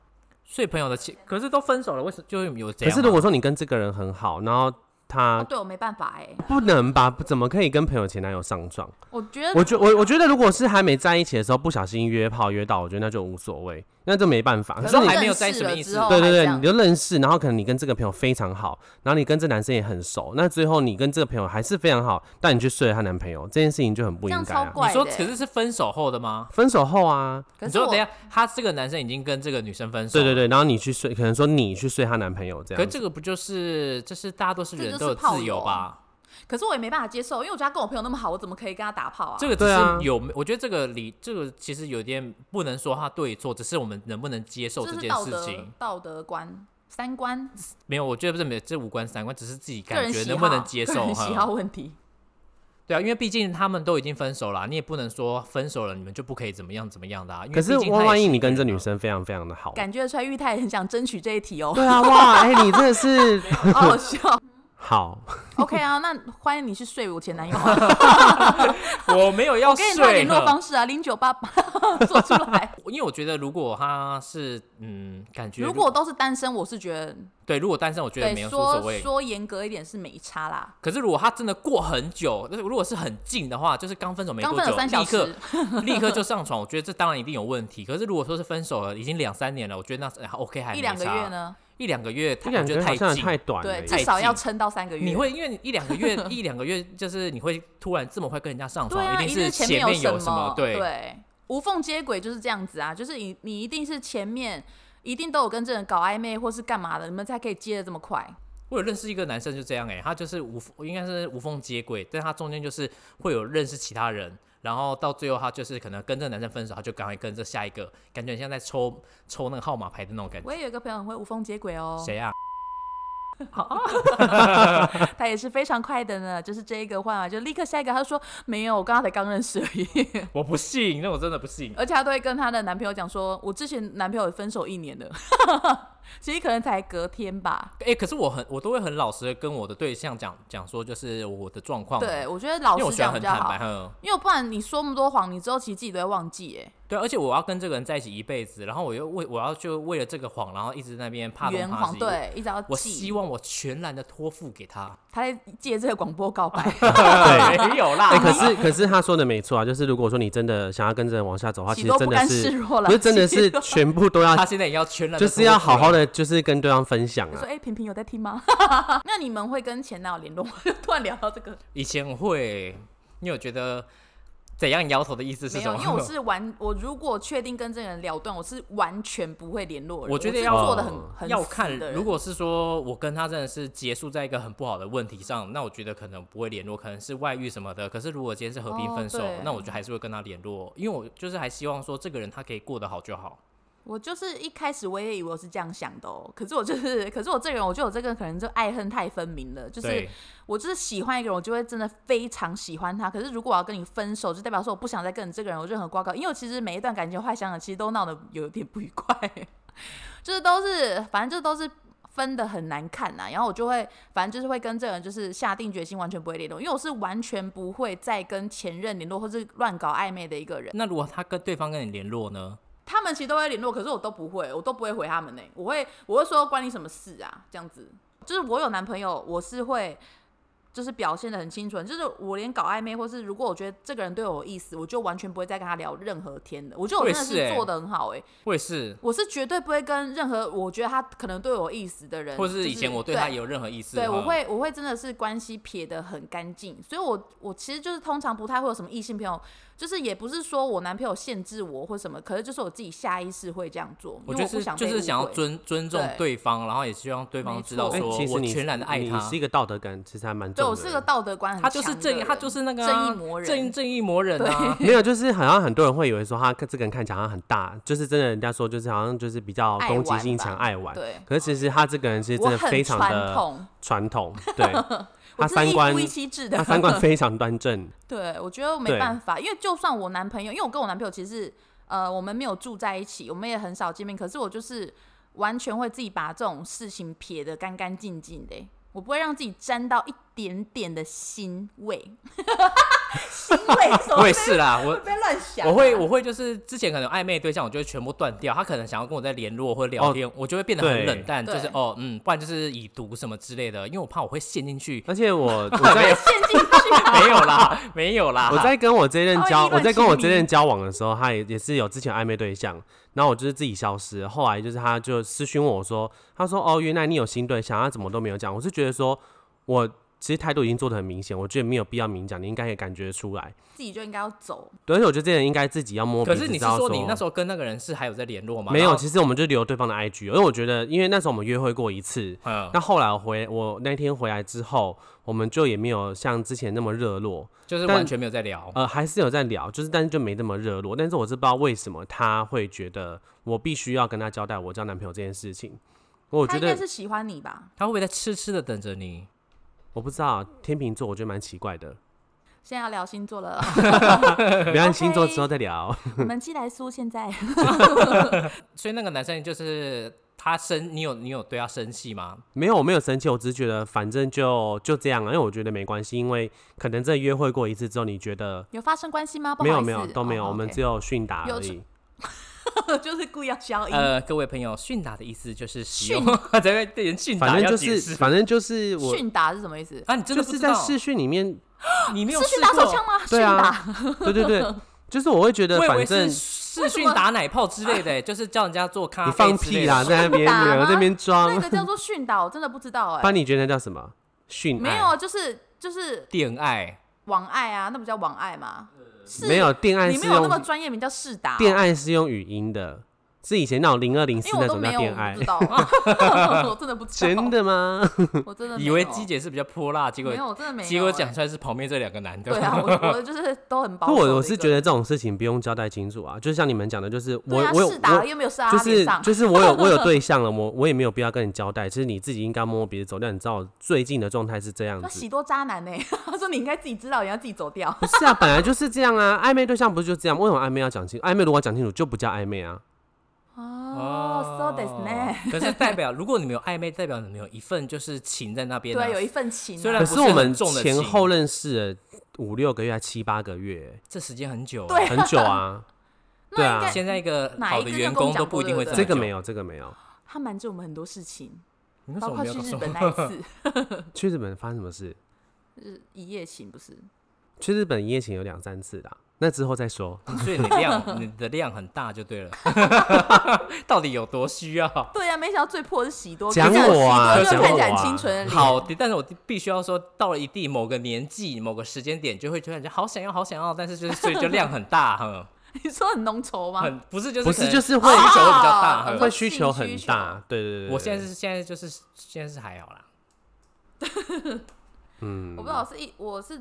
Speaker 3: 所以朋友的情，可是都分手了，为什么就是有这
Speaker 1: 可
Speaker 3: 样吗？
Speaker 1: 是如果说你跟这个人很好，然后
Speaker 2: 哦
Speaker 1: 他
Speaker 2: 对我没办法哎、
Speaker 1: 不能吧？不怎么可以跟朋友前男友上床？
Speaker 2: 我觉得
Speaker 1: 我觉我我觉得如果是还没在一起的时候不小心约炮约到，我觉得那就无所谓，那就没办法。可
Speaker 3: 可
Speaker 1: 是
Speaker 3: 是
Speaker 1: 你
Speaker 3: 还没有在
Speaker 2: 认
Speaker 3: 什
Speaker 2: 识
Speaker 3: 么
Speaker 2: 了
Speaker 3: 意思
Speaker 2: 之后
Speaker 1: 对对
Speaker 2: 还这
Speaker 1: 对，
Speaker 2: 样
Speaker 1: 你就认识，然后可能你跟这个朋友非常好，然后你跟这男生也很熟，那最后你跟这个朋友还是非常好，但你去睡了她男朋友，这件事情就很不
Speaker 2: 这样
Speaker 1: 应该、
Speaker 2: 超
Speaker 1: 啊。
Speaker 2: 怪
Speaker 3: 你
Speaker 2: 的、
Speaker 3: 说可是是分手后的吗？
Speaker 1: 分手后啊，
Speaker 2: 可
Speaker 3: 你
Speaker 2: 是
Speaker 3: 说
Speaker 2: 我
Speaker 3: 等一下，他这个男生已经跟这个女生分手，
Speaker 1: 对对。对，然后你去睡，可能说你去睡她男朋友这
Speaker 3: 可
Speaker 1: 样
Speaker 3: 是
Speaker 1: 子，
Speaker 3: 这个不就是，这是大家都是
Speaker 2: 这
Speaker 3: 人
Speaker 2: 就
Speaker 3: 都有
Speaker 2: 是炮
Speaker 3: 自由
Speaker 2: 友啊
Speaker 3: 吧？
Speaker 2: 可是我也没办法接受，因为我觉得他跟我朋友那么好，我怎么可以跟他打炮啊？
Speaker 3: 这个只
Speaker 1: 对啊
Speaker 3: 是有，我觉得这个理，这个其实有点不能说他对错，只是我们能不能接受
Speaker 2: 这
Speaker 3: 件
Speaker 2: 是道
Speaker 3: 事
Speaker 2: 德
Speaker 3: 情。
Speaker 2: 道德观三观
Speaker 3: 没有，我觉得不是没有，这五官三观，只是自己
Speaker 2: 个
Speaker 3: 感
Speaker 2: 人
Speaker 3: 觉
Speaker 2: 喜好
Speaker 3: 能不能接
Speaker 2: 个
Speaker 3: 受
Speaker 2: 人喜好
Speaker 3: 哈。
Speaker 2: 问题。
Speaker 3: 对啊，因为毕竟他们都已经分手了，你也不能说分手了你们就不可以怎么样怎么样的啊。因为
Speaker 1: 可是
Speaker 3: 毕竟他
Speaker 1: 万
Speaker 3: 也
Speaker 1: 万一
Speaker 3: 是
Speaker 1: 你
Speaker 3: 一个
Speaker 1: 跟这
Speaker 3: 人啊
Speaker 1: 女生非常非常的
Speaker 3: 哦
Speaker 1: 好，
Speaker 2: 感觉出来玉太很想争取这一题哦，
Speaker 1: 对啊，哇，哎、你真的是
Speaker 2: 好好笑。
Speaker 1: 好，
Speaker 2: OK 啊，那欢迎你去睡我前男友、啊，
Speaker 3: 我没有要
Speaker 2: 我给你他的
Speaker 3: 睡
Speaker 2: 联络
Speaker 3: 了
Speaker 2: 方式啊，零九八八 做出 来。
Speaker 3: 因为我觉得如果他是嗯，感觉
Speaker 2: 如果都是单身，我是觉得
Speaker 3: 对，如果单身，我觉得没
Speaker 2: 对
Speaker 3: 有所
Speaker 2: 说
Speaker 3: 谓。
Speaker 2: 说严格一点是没差啦。
Speaker 3: 可是如果他真的过很久，就是如果是很近的话，就是刚分手没
Speaker 2: 刚
Speaker 3: 多
Speaker 2: 分
Speaker 3: 久
Speaker 2: 手，三小
Speaker 3: 立刻
Speaker 2: 时，
Speaker 3: 立刻就上床，我觉得这当然一定有问题。可是如果说是分手了已经两三年了，我觉得那是哎 OK 还没
Speaker 2: 一两个
Speaker 3: 差
Speaker 2: 月，呢，
Speaker 3: 一两个月
Speaker 1: 一
Speaker 3: 太，
Speaker 1: 两
Speaker 3: 我觉
Speaker 1: 个
Speaker 3: 得
Speaker 1: 好像也
Speaker 3: 近。
Speaker 1: 太短了
Speaker 2: 对，
Speaker 1: 耶，
Speaker 2: 至
Speaker 3: 太
Speaker 2: 少
Speaker 3: 近
Speaker 2: 要撑到三个月。
Speaker 3: 你会因为一两个月一两个月，就是你会突然这么快跟人家上
Speaker 2: 对
Speaker 3: 床，
Speaker 2: 啊，
Speaker 3: 定
Speaker 2: 定
Speaker 3: 是
Speaker 2: 前
Speaker 3: 前面
Speaker 2: 有
Speaker 3: 有什
Speaker 2: 么
Speaker 3: 么，对，
Speaker 2: 无缝接轨就是这样子啊，就是你你一定是前面一定都有跟这人搞暧昧或是干嘛的，你们才可以接的这么快。
Speaker 3: 我有认识一个男生就这样哎、欸，他就是无缝应该是无缝接轨，但他中间就是会有认识其他人，然后到最后他就是可能跟这个男生分手，他就赶快跟着下一个，感觉很像在抽抽那个号码牌的那种感
Speaker 2: 我
Speaker 3: 觉。
Speaker 2: 也有一个朋友很会无缝接轨哦，
Speaker 3: 谁啊？
Speaker 2: 他也是非常快的呢，就是这一个换完就立刻下一个，他就说没有，我刚刚才刚认识而已，
Speaker 3: 我不信，那我真的不信。
Speaker 2: 而且他都会跟他的男朋友讲说，我之前男朋友也分手一年了， 其实可能才隔天吧。
Speaker 3: 哎、可是我很我都会很老实的跟我的对象讲讲说，就是我的状况嘛，
Speaker 2: 对，我觉得老
Speaker 3: 哦因为我
Speaker 2: 实
Speaker 3: 喜欢
Speaker 2: 讲
Speaker 3: 很
Speaker 2: 比较
Speaker 3: 坦
Speaker 2: 好
Speaker 3: 白，，哼。
Speaker 2: 因为不然你说那么多谎，你之后其实自己都会忘记，哎，
Speaker 3: 对，而且我要跟这个人在一起一辈子，然后我又为我要就为了这个谎，然后一直在那边怕
Speaker 2: 圆
Speaker 3: 东怕
Speaker 2: 谎，
Speaker 3: 西。，
Speaker 2: 对，一直要
Speaker 3: 我
Speaker 2: 记
Speaker 3: 希。望我全然的托付给他。
Speaker 2: 他在借这个广播告白，
Speaker 1: 对。
Speaker 3: 没有啦
Speaker 1: 哎、可是可是他说的没错啊，就是如果说你真的想要跟着人往下走的话，其
Speaker 2: 喜
Speaker 1: 实
Speaker 2: 多
Speaker 1: 真
Speaker 2: 不
Speaker 1: 的
Speaker 2: 甘
Speaker 1: 是
Speaker 2: 示弱了，
Speaker 1: 不是真的是全部都要
Speaker 3: 他现在也要全然，
Speaker 1: 就是要好好
Speaker 3: 的。
Speaker 1: 的，就是跟对方分享
Speaker 2: 我
Speaker 1: 啊
Speaker 2: 说：“。哎、平平有在听吗？ 那你们会跟前男友联络吗？” 突然聊到这个，
Speaker 3: 以前会，你有觉得怎样摇头的意思是
Speaker 2: 没
Speaker 3: 什
Speaker 2: 有，啊
Speaker 3: 么？
Speaker 2: 因为 我是完，我如果确定跟这个人了断，我是完全不会联络人。
Speaker 3: 我觉得
Speaker 2: 是
Speaker 3: 要
Speaker 2: 做的很
Speaker 1: 哦
Speaker 2: 很
Speaker 3: 要
Speaker 2: 死
Speaker 3: 看
Speaker 2: 的，人
Speaker 3: 如果是说我跟他真的是结束在一个很不好的问题上，那我觉得可能不会联络，可能是外遇什么的。可是如果今天是和平
Speaker 2: 哦
Speaker 3: 分手，
Speaker 2: 对
Speaker 3: 那我就还是会跟他联络，因为我就是还希望说这个人他可以过得好就好。
Speaker 2: 我就是一开始我也以为我是这样想的哦，可是我就是，可是我这个人，我就有这个可能就爱恨太分明了，就是
Speaker 3: 对，
Speaker 2: 我就是喜欢一个人，我就会真的非常喜欢他。可是如果我要跟你分手，就代表说我不想再跟你这个人有任何瓜葛，因为我其实每一段感情，后来想想，其实都闹得有点不愉快， 就是都是反正就都是分的很难看呐、然后我就会反正就是会跟这个人就是下定决心，完全不会联络，因为我是完全不会再跟前任联络或是乱搞暧昧的一个人。
Speaker 3: 那如果他跟对方跟你联络呢？
Speaker 2: 他们其实都会联络，可是我都不会，我都不会回他们呢、我会，我会说关你什么事啊？这样子，就是我有男朋友，我是会，就是表现的很清楚，就是我连搞暧昧，或是如果我觉得这个人对我有意思，我就完全不会再跟他聊任何天的。我觉得我真的
Speaker 3: 我也是
Speaker 2: 是
Speaker 3: 欸
Speaker 2: 做的很好哎、
Speaker 3: 我也是，
Speaker 2: 我是绝对不会跟任何我觉得他可能对我有意思的人，
Speaker 3: 或是以前我对他
Speaker 2: 有。
Speaker 3: 有任何意
Speaker 2: 嗯
Speaker 3: 思，
Speaker 2: 对，我
Speaker 3: 嗯
Speaker 2: 会我会真的是关系撇得很干净，所以我我其实就是通常不太会有什么异性朋友，就是也不是说我男朋友限制我或什么，可是就是我自己下意识会这样做，
Speaker 3: 我
Speaker 2: 因为
Speaker 3: 觉得
Speaker 2: 我不
Speaker 3: 是
Speaker 2: 想被
Speaker 3: 就是想要
Speaker 2: 误会
Speaker 3: 尊尊重
Speaker 2: 对
Speaker 3: 对方，然后也希望对方
Speaker 2: 没
Speaker 3: 知道
Speaker 2: 错
Speaker 1: 哎、
Speaker 3: 说
Speaker 1: 其实
Speaker 3: 我
Speaker 1: 你
Speaker 3: 全然的爱
Speaker 1: 你
Speaker 3: 他
Speaker 1: 是。一个道德感其实还蛮重
Speaker 2: 对
Speaker 1: 的。
Speaker 2: 我是个道德观很
Speaker 3: 他就是
Speaker 2: 强的
Speaker 3: 正义，他
Speaker 2: 人
Speaker 3: 就是那个啊
Speaker 2: 正义魔人，
Speaker 3: 正义正义魔人啊！
Speaker 1: 没有，就是好像很多人会以为说他这个人看起来好像很大，就是真的人家说就是好像就是比较
Speaker 2: 爱
Speaker 1: 攻击
Speaker 2: 玩
Speaker 1: 性
Speaker 2: 吧
Speaker 1: 强爱玩，
Speaker 2: 对
Speaker 1: 可是其实他这个人其实真
Speaker 2: 我
Speaker 1: 的
Speaker 2: 很
Speaker 1: 非常
Speaker 2: 传
Speaker 1: 的
Speaker 2: 统，
Speaker 1: 传统， 对
Speaker 2: 我
Speaker 1: 他
Speaker 2: 是
Speaker 1: 三
Speaker 2: 一
Speaker 1: 观
Speaker 2: 夫一妻制的，
Speaker 1: 他三观非常端正，
Speaker 2: 对，我觉得我没
Speaker 1: 对
Speaker 2: 办法，因为就算我男朋友，因为我跟我男朋友其实是呃，我们没有住在一起，我们也很少见面，可是我就是完全会自己把这种事情撇得干干净净的欸，我不会让自己沾到一点点的欣 慰，欣慰什么
Speaker 3: 我也是啦， 我
Speaker 2: 会不要乱想啊、
Speaker 3: 我会我会就是之前可能有暧昧对象，我就会全部断掉。他可能想要跟我再联络或者聊天，我就会变得很
Speaker 1: 哦对
Speaker 3: 冷淡，就是
Speaker 2: 对
Speaker 3: 哦嗯，不然就是已读什么之类的，因为我怕我会陷 进去。
Speaker 1: 而 且我我
Speaker 3: 没
Speaker 1: 在
Speaker 3: 有
Speaker 2: 陷进去。
Speaker 3: 没有啦，没有啦，
Speaker 1: 我在跟我这任交
Speaker 2: 他会意
Speaker 1: 我
Speaker 2: 乱
Speaker 1: 在跟我
Speaker 2: 情
Speaker 1: 这
Speaker 2: 迷
Speaker 1: 任交往的时候，他也也是有之前暧昧对象，然后我就是自己消失了，后来就是他就私讯问我说，他说哦原来你有新对象，他怎么都没有讲，我是觉得说我。其实态度已经做的很明显，我觉得没有必要明讲，你应该也感觉出来。
Speaker 2: 自己就应该要走，
Speaker 1: 对，而且我觉得这人应该自己要摸鼻
Speaker 3: 可
Speaker 1: 子
Speaker 3: 是你
Speaker 1: 知
Speaker 3: 是
Speaker 1: 道
Speaker 3: 说你那时候跟那个人是还有在联络吗？
Speaker 1: 没
Speaker 3: 然
Speaker 1: 有，
Speaker 3: 后
Speaker 1: 其实我们就留对方的 IG，因为我觉得，因为那时候我们约会过一次，
Speaker 3: 嗯，
Speaker 1: 那后来我回我那天回来之后，我们就也没有像之前那么热络，
Speaker 3: 就是
Speaker 1: 但
Speaker 3: 完全没有在聊。
Speaker 1: 呃，还是有在聊，就是但是就没那么热络。但是我是不知道为什么他会觉得我必须要跟他交代我交男朋友这件事情。我
Speaker 2: 他
Speaker 1: 觉
Speaker 2: 应该
Speaker 1: 得
Speaker 2: 是喜欢你吧？
Speaker 3: 他会不会在痴痴的等着你？
Speaker 1: 我不知道天秤座，我觉得蛮奇怪 的。
Speaker 2: 现在要聊星座了，
Speaker 1: 聊完星座
Speaker 2: OK
Speaker 1: 之后再聊。
Speaker 2: 我们寄来书现在
Speaker 3: 所以那个男生就是他生，你有你有对他生气吗？
Speaker 1: 没有，我没有生气，我只是觉得反正就就这样了，因为我觉得没关系，因为可能这约会过一次之后，你觉得
Speaker 2: 有发生关系吗？不
Speaker 1: 没
Speaker 2: 好
Speaker 1: 有
Speaker 2: 意
Speaker 1: 没有
Speaker 2: 思
Speaker 1: 都没有，
Speaker 2: 哦
Speaker 1: 我们
Speaker 2: ，OK
Speaker 1: 只有训打
Speaker 2: 有
Speaker 1: 而
Speaker 2: 这
Speaker 1: 已。
Speaker 2: 就是故意要消音。
Speaker 3: 呃，各位朋友，训打的意思就是使用， 在那边连训
Speaker 1: 反
Speaker 3: 打
Speaker 1: 正
Speaker 3: 要
Speaker 1: 就
Speaker 3: 解
Speaker 1: 是
Speaker 3: 释
Speaker 1: 反正就是我
Speaker 2: 训打是什么意思？
Speaker 3: 啊，你真
Speaker 1: 就
Speaker 3: 的不
Speaker 1: 是
Speaker 3: 知
Speaker 1: 在
Speaker 3: 道，啊
Speaker 1: 视讯里面，
Speaker 3: 你没有
Speaker 2: 是去
Speaker 3: 试
Speaker 2: 打手
Speaker 3: 过
Speaker 2: 枪吗？训
Speaker 1: 对
Speaker 2: 打，
Speaker 1: 啊， 对对 对，就是我会觉得
Speaker 3: 我以
Speaker 1: 反
Speaker 3: 为
Speaker 1: 正
Speaker 3: 是视讯打奶泡之类 的、就是叫人家做咖
Speaker 1: 你
Speaker 3: 啡
Speaker 1: 放
Speaker 3: 之
Speaker 1: 屁
Speaker 3: 类的
Speaker 1: 啦，在那 边
Speaker 2: 打
Speaker 1: 对啊
Speaker 2: 吗
Speaker 1: 在那边
Speaker 2: 那
Speaker 1: 装。
Speaker 2: 个叫做训打，我真的不知 道哎。
Speaker 1: 班，你觉得那叫什么？训
Speaker 2: 没
Speaker 1: 爱
Speaker 2: 有，啊，就是就是
Speaker 3: 恋爱，
Speaker 2: 网爱啊，那不叫网爱吗？是
Speaker 1: 没有电爱
Speaker 2: 你没
Speaker 1: 是
Speaker 2: 有那
Speaker 1: 用
Speaker 2: 么专业名叫试打哦，
Speaker 1: 电爱是用语音的，是以前那种零二零四
Speaker 2: 因为
Speaker 1: 那种
Speaker 2: 我都没
Speaker 1: 叫
Speaker 2: 有，
Speaker 1: 电
Speaker 2: 我
Speaker 1: 爱
Speaker 2: 不知，道， 我真的不知道，
Speaker 1: 真，的 吗？
Speaker 2: 我真的呃没
Speaker 3: 以为
Speaker 2: 有
Speaker 3: 鸡姐是比较泼辣，结
Speaker 2: 没有，
Speaker 3: 果
Speaker 2: 我真的没有，
Speaker 3: 结果讲
Speaker 2: 哎
Speaker 3: 出来是旁边这两个男的。
Speaker 2: 对 啊，我 我就是都很保
Speaker 1: 不
Speaker 2: 守的一个人。
Speaker 1: 我我是觉得这种事情不用交代清楚啊，就像你们讲的，就是我
Speaker 2: 对啊，
Speaker 1: 我有
Speaker 2: 试打
Speaker 1: 我
Speaker 2: 了又没有射到
Speaker 1: 就
Speaker 2: 他脸
Speaker 1: 是
Speaker 2: 上，
Speaker 1: 就是我有 我有对象了，我我也没有必要跟你交代，其实你自己应该摸摸鼻子走掉。你知道我最近的状态是这样
Speaker 2: 那
Speaker 1: 子
Speaker 2: 喜，多渣男呢？他说你应该自己知道，你要自己走掉。
Speaker 1: 不是啊，本来就是这样啊，暧昧对象不是就这样？为什么暧昧要讲清？暧昧如果讲清楚就不叫暧昧啊。
Speaker 2: 哦，so this 呢？
Speaker 3: 可是代表，如果你们有暧昧，代表你们有一份就是情在那边、啊。
Speaker 2: 对，有一份情啊。
Speaker 3: 虽然
Speaker 1: 可
Speaker 3: 不
Speaker 1: 是
Speaker 3: 是
Speaker 1: 我
Speaker 3: 很
Speaker 1: 们
Speaker 3: 重的
Speaker 1: 前
Speaker 3: 情
Speaker 1: 后认识了五六个月，还七八个 月，
Speaker 3: 这时间很久、啊。
Speaker 2: 对
Speaker 1: 很久 啊。对
Speaker 2: 那应
Speaker 1: 啊
Speaker 2: 该，
Speaker 3: 现在一个
Speaker 2: 哪
Speaker 3: 好
Speaker 2: 一
Speaker 3: 的
Speaker 2: 个
Speaker 3: 员
Speaker 2: 跟我
Speaker 3: 工
Speaker 2: 们
Speaker 3: 都
Speaker 2: 讲
Speaker 3: 不一定
Speaker 2: 过
Speaker 3: 会
Speaker 2: 对不
Speaker 3: 这么
Speaker 1: 这
Speaker 3: 久。
Speaker 1: 个没有，这个没有。
Speaker 2: 他瞒着我们很多事情，
Speaker 3: 你那时
Speaker 2: 包
Speaker 3: 候
Speaker 2: 括
Speaker 3: 没有
Speaker 2: 去
Speaker 3: 告
Speaker 2: 日
Speaker 3: 诉 我
Speaker 2: 本 那一次，
Speaker 1: 去日本发生什么事？
Speaker 2: 就是一夜情，不是？
Speaker 1: 去日本一夜情有两三次啦，那之后再说。
Speaker 3: 所以你量你的量很大就对了。 到底有多需要？
Speaker 2: 对啊，没想到最破的是喜多，
Speaker 1: 讲
Speaker 2: 可是
Speaker 1: 我啊
Speaker 2: 喜多就看起来
Speaker 1: 讲我啊
Speaker 2: 很清纯的脸。
Speaker 3: 好的，但是我必须要说，到了一定某个年纪、某个时间点，就会突然间好想要、好想要，但是就是所以就量很大， 哼，
Speaker 2: 你说很浓稠吗？
Speaker 3: 很不是就是
Speaker 1: 不
Speaker 3: 啊
Speaker 1: 是，就是是
Speaker 3: 需求
Speaker 1: 会
Speaker 3: 会比较大。
Speaker 2: 哦
Speaker 3: 哼
Speaker 1: 会需求很
Speaker 2: 性需求
Speaker 1: 大。对对对对，
Speaker 3: 我现在
Speaker 1: 是
Speaker 3: 是现在就是现在是还好啦，
Speaker 2: 我不知道是一，我是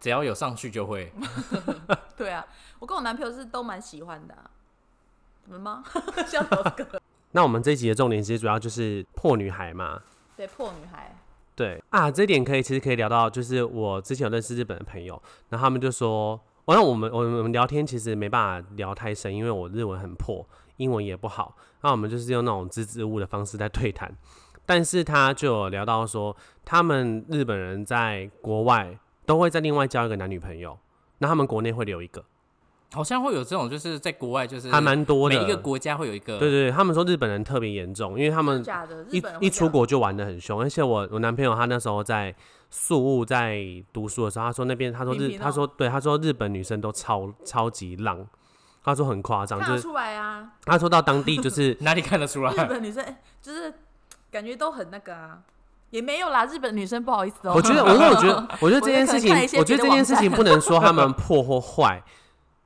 Speaker 3: 只要有上去就会。
Speaker 2: 对啊，我跟我男朋友是都蛮喜欢的、啊。怎么了吗？ 像老哥，
Speaker 1: 那我们这一集的重点其实主要就是破女孩嘛。
Speaker 2: 对破女孩，
Speaker 1: 对啊，这一点可以其实可以聊到，就是我之前有认识日本的朋友，然后他们就说，哦，那我们我们我们聊天其实没办法聊太深，因为我日文很破，英文也不好，那我们就是用那种支支吾吾的方式在对谈。但是他就有聊到说，他们日本人在国外都会再另外交一个男女朋友，那他们国内会留一个，
Speaker 3: 好像会有这种，就是在国外就是
Speaker 1: 还蛮多的。
Speaker 3: 嗯每一个国家会有一个
Speaker 1: 对对对，他们说日本人特别严重，因为他们
Speaker 2: 假的，日
Speaker 1: 嗯一
Speaker 2: 本人
Speaker 1: 一
Speaker 2: 会这
Speaker 1: 出
Speaker 2: 样，
Speaker 1: 国就玩的很凶，而且我我男朋友他那时候在宿务在读书的时候，他说那边他说
Speaker 2: 平
Speaker 1: 日
Speaker 2: 平哦
Speaker 1: 他说对他说日本女生都超超级浪，他说很夸张，
Speaker 2: 看
Speaker 1: 就
Speaker 2: 得
Speaker 1: 是
Speaker 2: 出来 啊。
Speaker 1: 他说到当地就是
Speaker 3: 哪里看得出来
Speaker 2: 日？本女生哎就是感觉都很那个啊，也没有啦。日本女生不好意思哦、
Speaker 1: 我 觉得，我我觉得，我觉得这件事情
Speaker 2: 我可能看了一，些
Speaker 1: 我觉
Speaker 2: 别
Speaker 1: 得
Speaker 2: 的
Speaker 1: 这件事情不能说他们破或坏，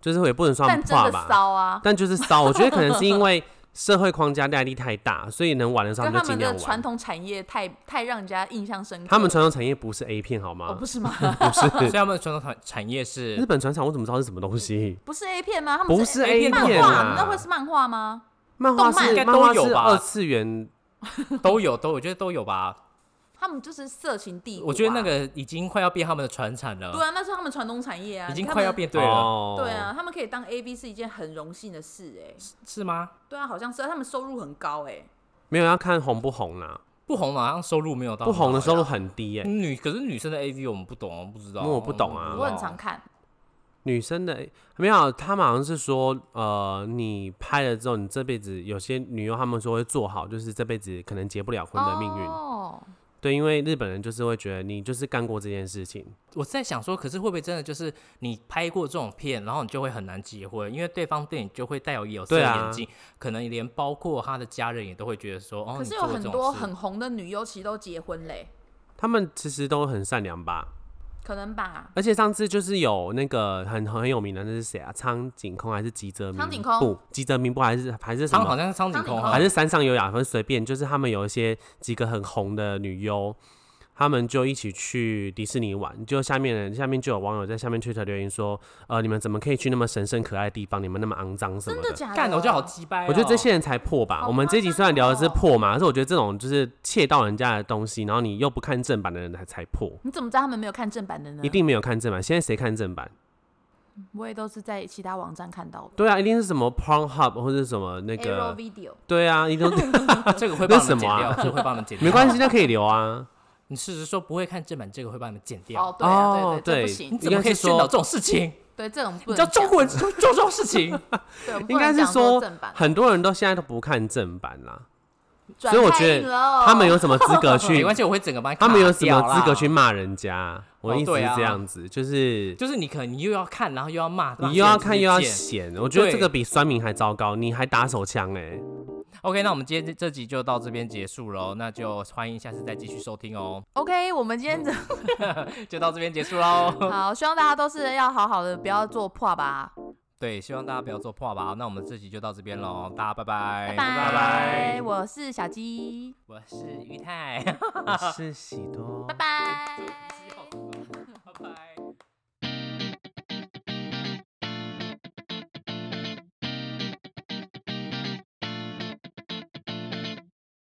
Speaker 1: 就是也不能说他
Speaker 2: 但
Speaker 1: 们
Speaker 2: 真
Speaker 1: 怕
Speaker 2: 的
Speaker 1: 吧，
Speaker 2: 骚啊，
Speaker 1: 但就是骚。我觉得可能是因为社会框架压力太大，所以能玩的时候
Speaker 2: 跟
Speaker 1: 他
Speaker 2: 他
Speaker 1: 们就尽
Speaker 2: 们
Speaker 1: 量
Speaker 2: 的传
Speaker 1: 玩。
Speaker 2: 统产业太太让人家印象深刻。
Speaker 1: 他们传统产业不是 A 片好
Speaker 2: 哦
Speaker 1: 吗？
Speaker 2: 不是吗？
Speaker 1: 不
Speaker 3: 所以
Speaker 1: 是，
Speaker 3: 他们传统产产业是
Speaker 1: 日本船厂我怎么知道是什么东西？
Speaker 2: 不是 A 片吗？他们
Speaker 1: 不是
Speaker 2: A-
Speaker 1: A 片
Speaker 2: 漫
Speaker 1: 啊
Speaker 2: 画，那会是漫画吗？
Speaker 1: 漫画
Speaker 2: 动漫
Speaker 1: 是
Speaker 2: 应
Speaker 3: 该
Speaker 1: 漫画
Speaker 3: 都有
Speaker 1: 是
Speaker 3: 吧
Speaker 1: 二次元，
Speaker 3: 都有都，我觉得都有吧。
Speaker 2: 他们就是色情帝国啊、
Speaker 3: 我觉得那个已经快要变他们的传产
Speaker 2: 对
Speaker 3: 了，
Speaker 2: 啊，那是他们传统产业啊，
Speaker 3: 已
Speaker 2: 你
Speaker 3: 经
Speaker 2: 看
Speaker 3: 快要
Speaker 2: 他们。
Speaker 3: 变对了，
Speaker 1: 哦
Speaker 2: 对，啊，他们可以当 A V 是一件很荣幸的事哎、
Speaker 3: 是吗？
Speaker 2: 对啊，好像是，他们收入很高哎、
Speaker 1: 没有要看红不红啦、
Speaker 3: 不红好像收入没有到
Speaker 1: 不红的
Speaker 3: 很好
Speaker 1: 收
Speaker 3: 呀
Speaker 1: 入很低耶、
Speaker 3: 女可是女生的 A V 我们不懂，我们不知道，
Speaker 1: 因为我不懂啊
Speaker 3: 哦
Speaker 2: 我很常看，
Speaker 1: 女生的没有，他们好像是说，呃，你拍了之后，你这辈子有些女优他们说会做好，就是这辈子可能结不了婚的命运。
Speaker 2: 哦，
Speaker 1: 对，因为日本人就是会觉得你就是干过这件事情，
Speaker 3: 我是在想说，可是会不会真的就是你拍过这种片，然后你就会很难结婚，因为对方对你就会带有有色
Speaker 1: 对啊
Speaker 3: 眼镜，可能连包括他的家人也都会觉得说，哦，
Speaker 2: 可是
Speaker 3: 你
Speaker 2: 有
Speaker 3: 做了
Speaker 2: 很
Speaker 3: 这种
Speaker 2: 多
Speaker 3: 事
Speaker 2: 很红的女优其实都结婚嘞，
Speaker 1: 他们其实都很善良吧。
Speaker 2: 可能吧。
Speaker 1: 而且上次就是有那个很很有名的，那是谁啊？苍井空还是吉泽明？
Speaker 2: 苍井空
Speaker 1: 不，吉泽明不还是还是什
Speaker 3: 苍好
Speaker 1: 么？
Speaker 3: 像是苍井
Speaker 2: 苍井
Speaker 3: 空
Speaker 2: 空
Speaker 3: 啊，
Speaker 1: 还是山上优雅，反正随便，就是他们有一些几个很红的女优，他们就一起去迪士尼玩。就下面人下面就有网友在下面 Twitter 留言说，呃，你们怎么可以去那么神圣可爱的地方？你们那么肮脏什
Speaker 2: 真
Speaker 1: 么
Speaker 2: 的
Speaker 1: 的？
Speaker 2: 假的？
Speaker 3: 干的我就好鸡掰哦、
Speaker 1: 我觉得这些人才破吧。
Speaker 2: 好
Speaker 1: 我们这一集虽然聊的是
Speaker 2: 夸张哦
Speaker 1: 破嘛，但是我觉得这种就是窃盗人家的东西，然后你又不看正版的人才才破，
Speaker 2: 你怎么知道他们没有看正版的呢？
Speaker 1: 一定没有看正版。现在谁看正版？
Speaker 2: 我也都是在其他网站看到的。
Speaker 1: 对啊，一定是什么 Pornhub 或者是什么那
Speaker 2: Arrow
Speaker 1: 个，
Speaker 2: Video，
Speaker 1: 对啊，一定 都
Speaker 3: 这个会
Speaker 1: 那
Speaker 3: 帮你
Speaker 1: 什
Speaker 3: 们剪
Speaker 1: 么啊
Speaker 3: 掉，这个会帮你们剪掉，
Speaker 1: 没关系，那可以留啊。
Speaker 3: 你事实说不会看正版，这个会帮你们剪掉。
Speaker 2: 哦，对啊，
Speaker 1: 哦
Speaker 2: 对对，这不
Speaker 1: 对
Speaker 3: 你
Speaker 2: 行，
Speaker 3: 怎么可以宣导这种事情？
Speaker 2: 对这种不能
Speaker 3: 你知道
Speaker 2: 讲。
Speaker 3: 中国人做做这种事情，
Speaker 2: 对，我们不
Speaker 1: 应该
Speaker 2: 能
Speaker 1: 是
Speaker 2: 讲说
Speaker 1: 说
Speaker 2: 正版，
Speaker 1: 很多人都现在都不看正版啦，
Speaker 2: 所
Speaker 1: 所以我觉
Speaker 2: 哦
Speaker 1: 得他们有什么资 格
Speaker 3: 没
Speaker 1: 去？
Speaker 3: 关系，我会整个帮你
Speaker 1: 他们有
Speaker 3: 卡
Speaker 1: 什
Speaker 3: 掉
Speaker 1: 么
Speaker 3: 啦
Speaker 1: 资格去？骂人家？我的意思
Speaker 3: 对
Speaker 1: 是
Speaker 3: 啊
Speaker 1: 这样子，就是
Speaker 3: 就是你可能你又要看，然后又要骂，
Speaker 1: 你又要看又要
Speaker 3: 剪
Speaker 1: 嫌，我觉得
Speaker 3: 对
Speaker 1: 这个比酸民还糟糕，你还打手枪哎。
Speaker 3: OK，那我们今天这这集就到这边结束喽，那就欢迎下次再继续收听哦，
Speaker 2: OK，我们今天的
Speaker 3: 就到这边结束喽。
Speaker 2: 好，希望大家都是要好好的，不要做破吧。
Speaker 3: 对，希望大家不要做破吧。那我们这集就到这边喽，大家拜拜，
Speaker 2: 拜
Speaker 3: 拜拜，
Speaker 2: 我是小鸡，
Speaker 3: 我是于泰，
Speaker 1: 我是喜多
Speaker 2: 拜拜。
Speaker 3: 笑死了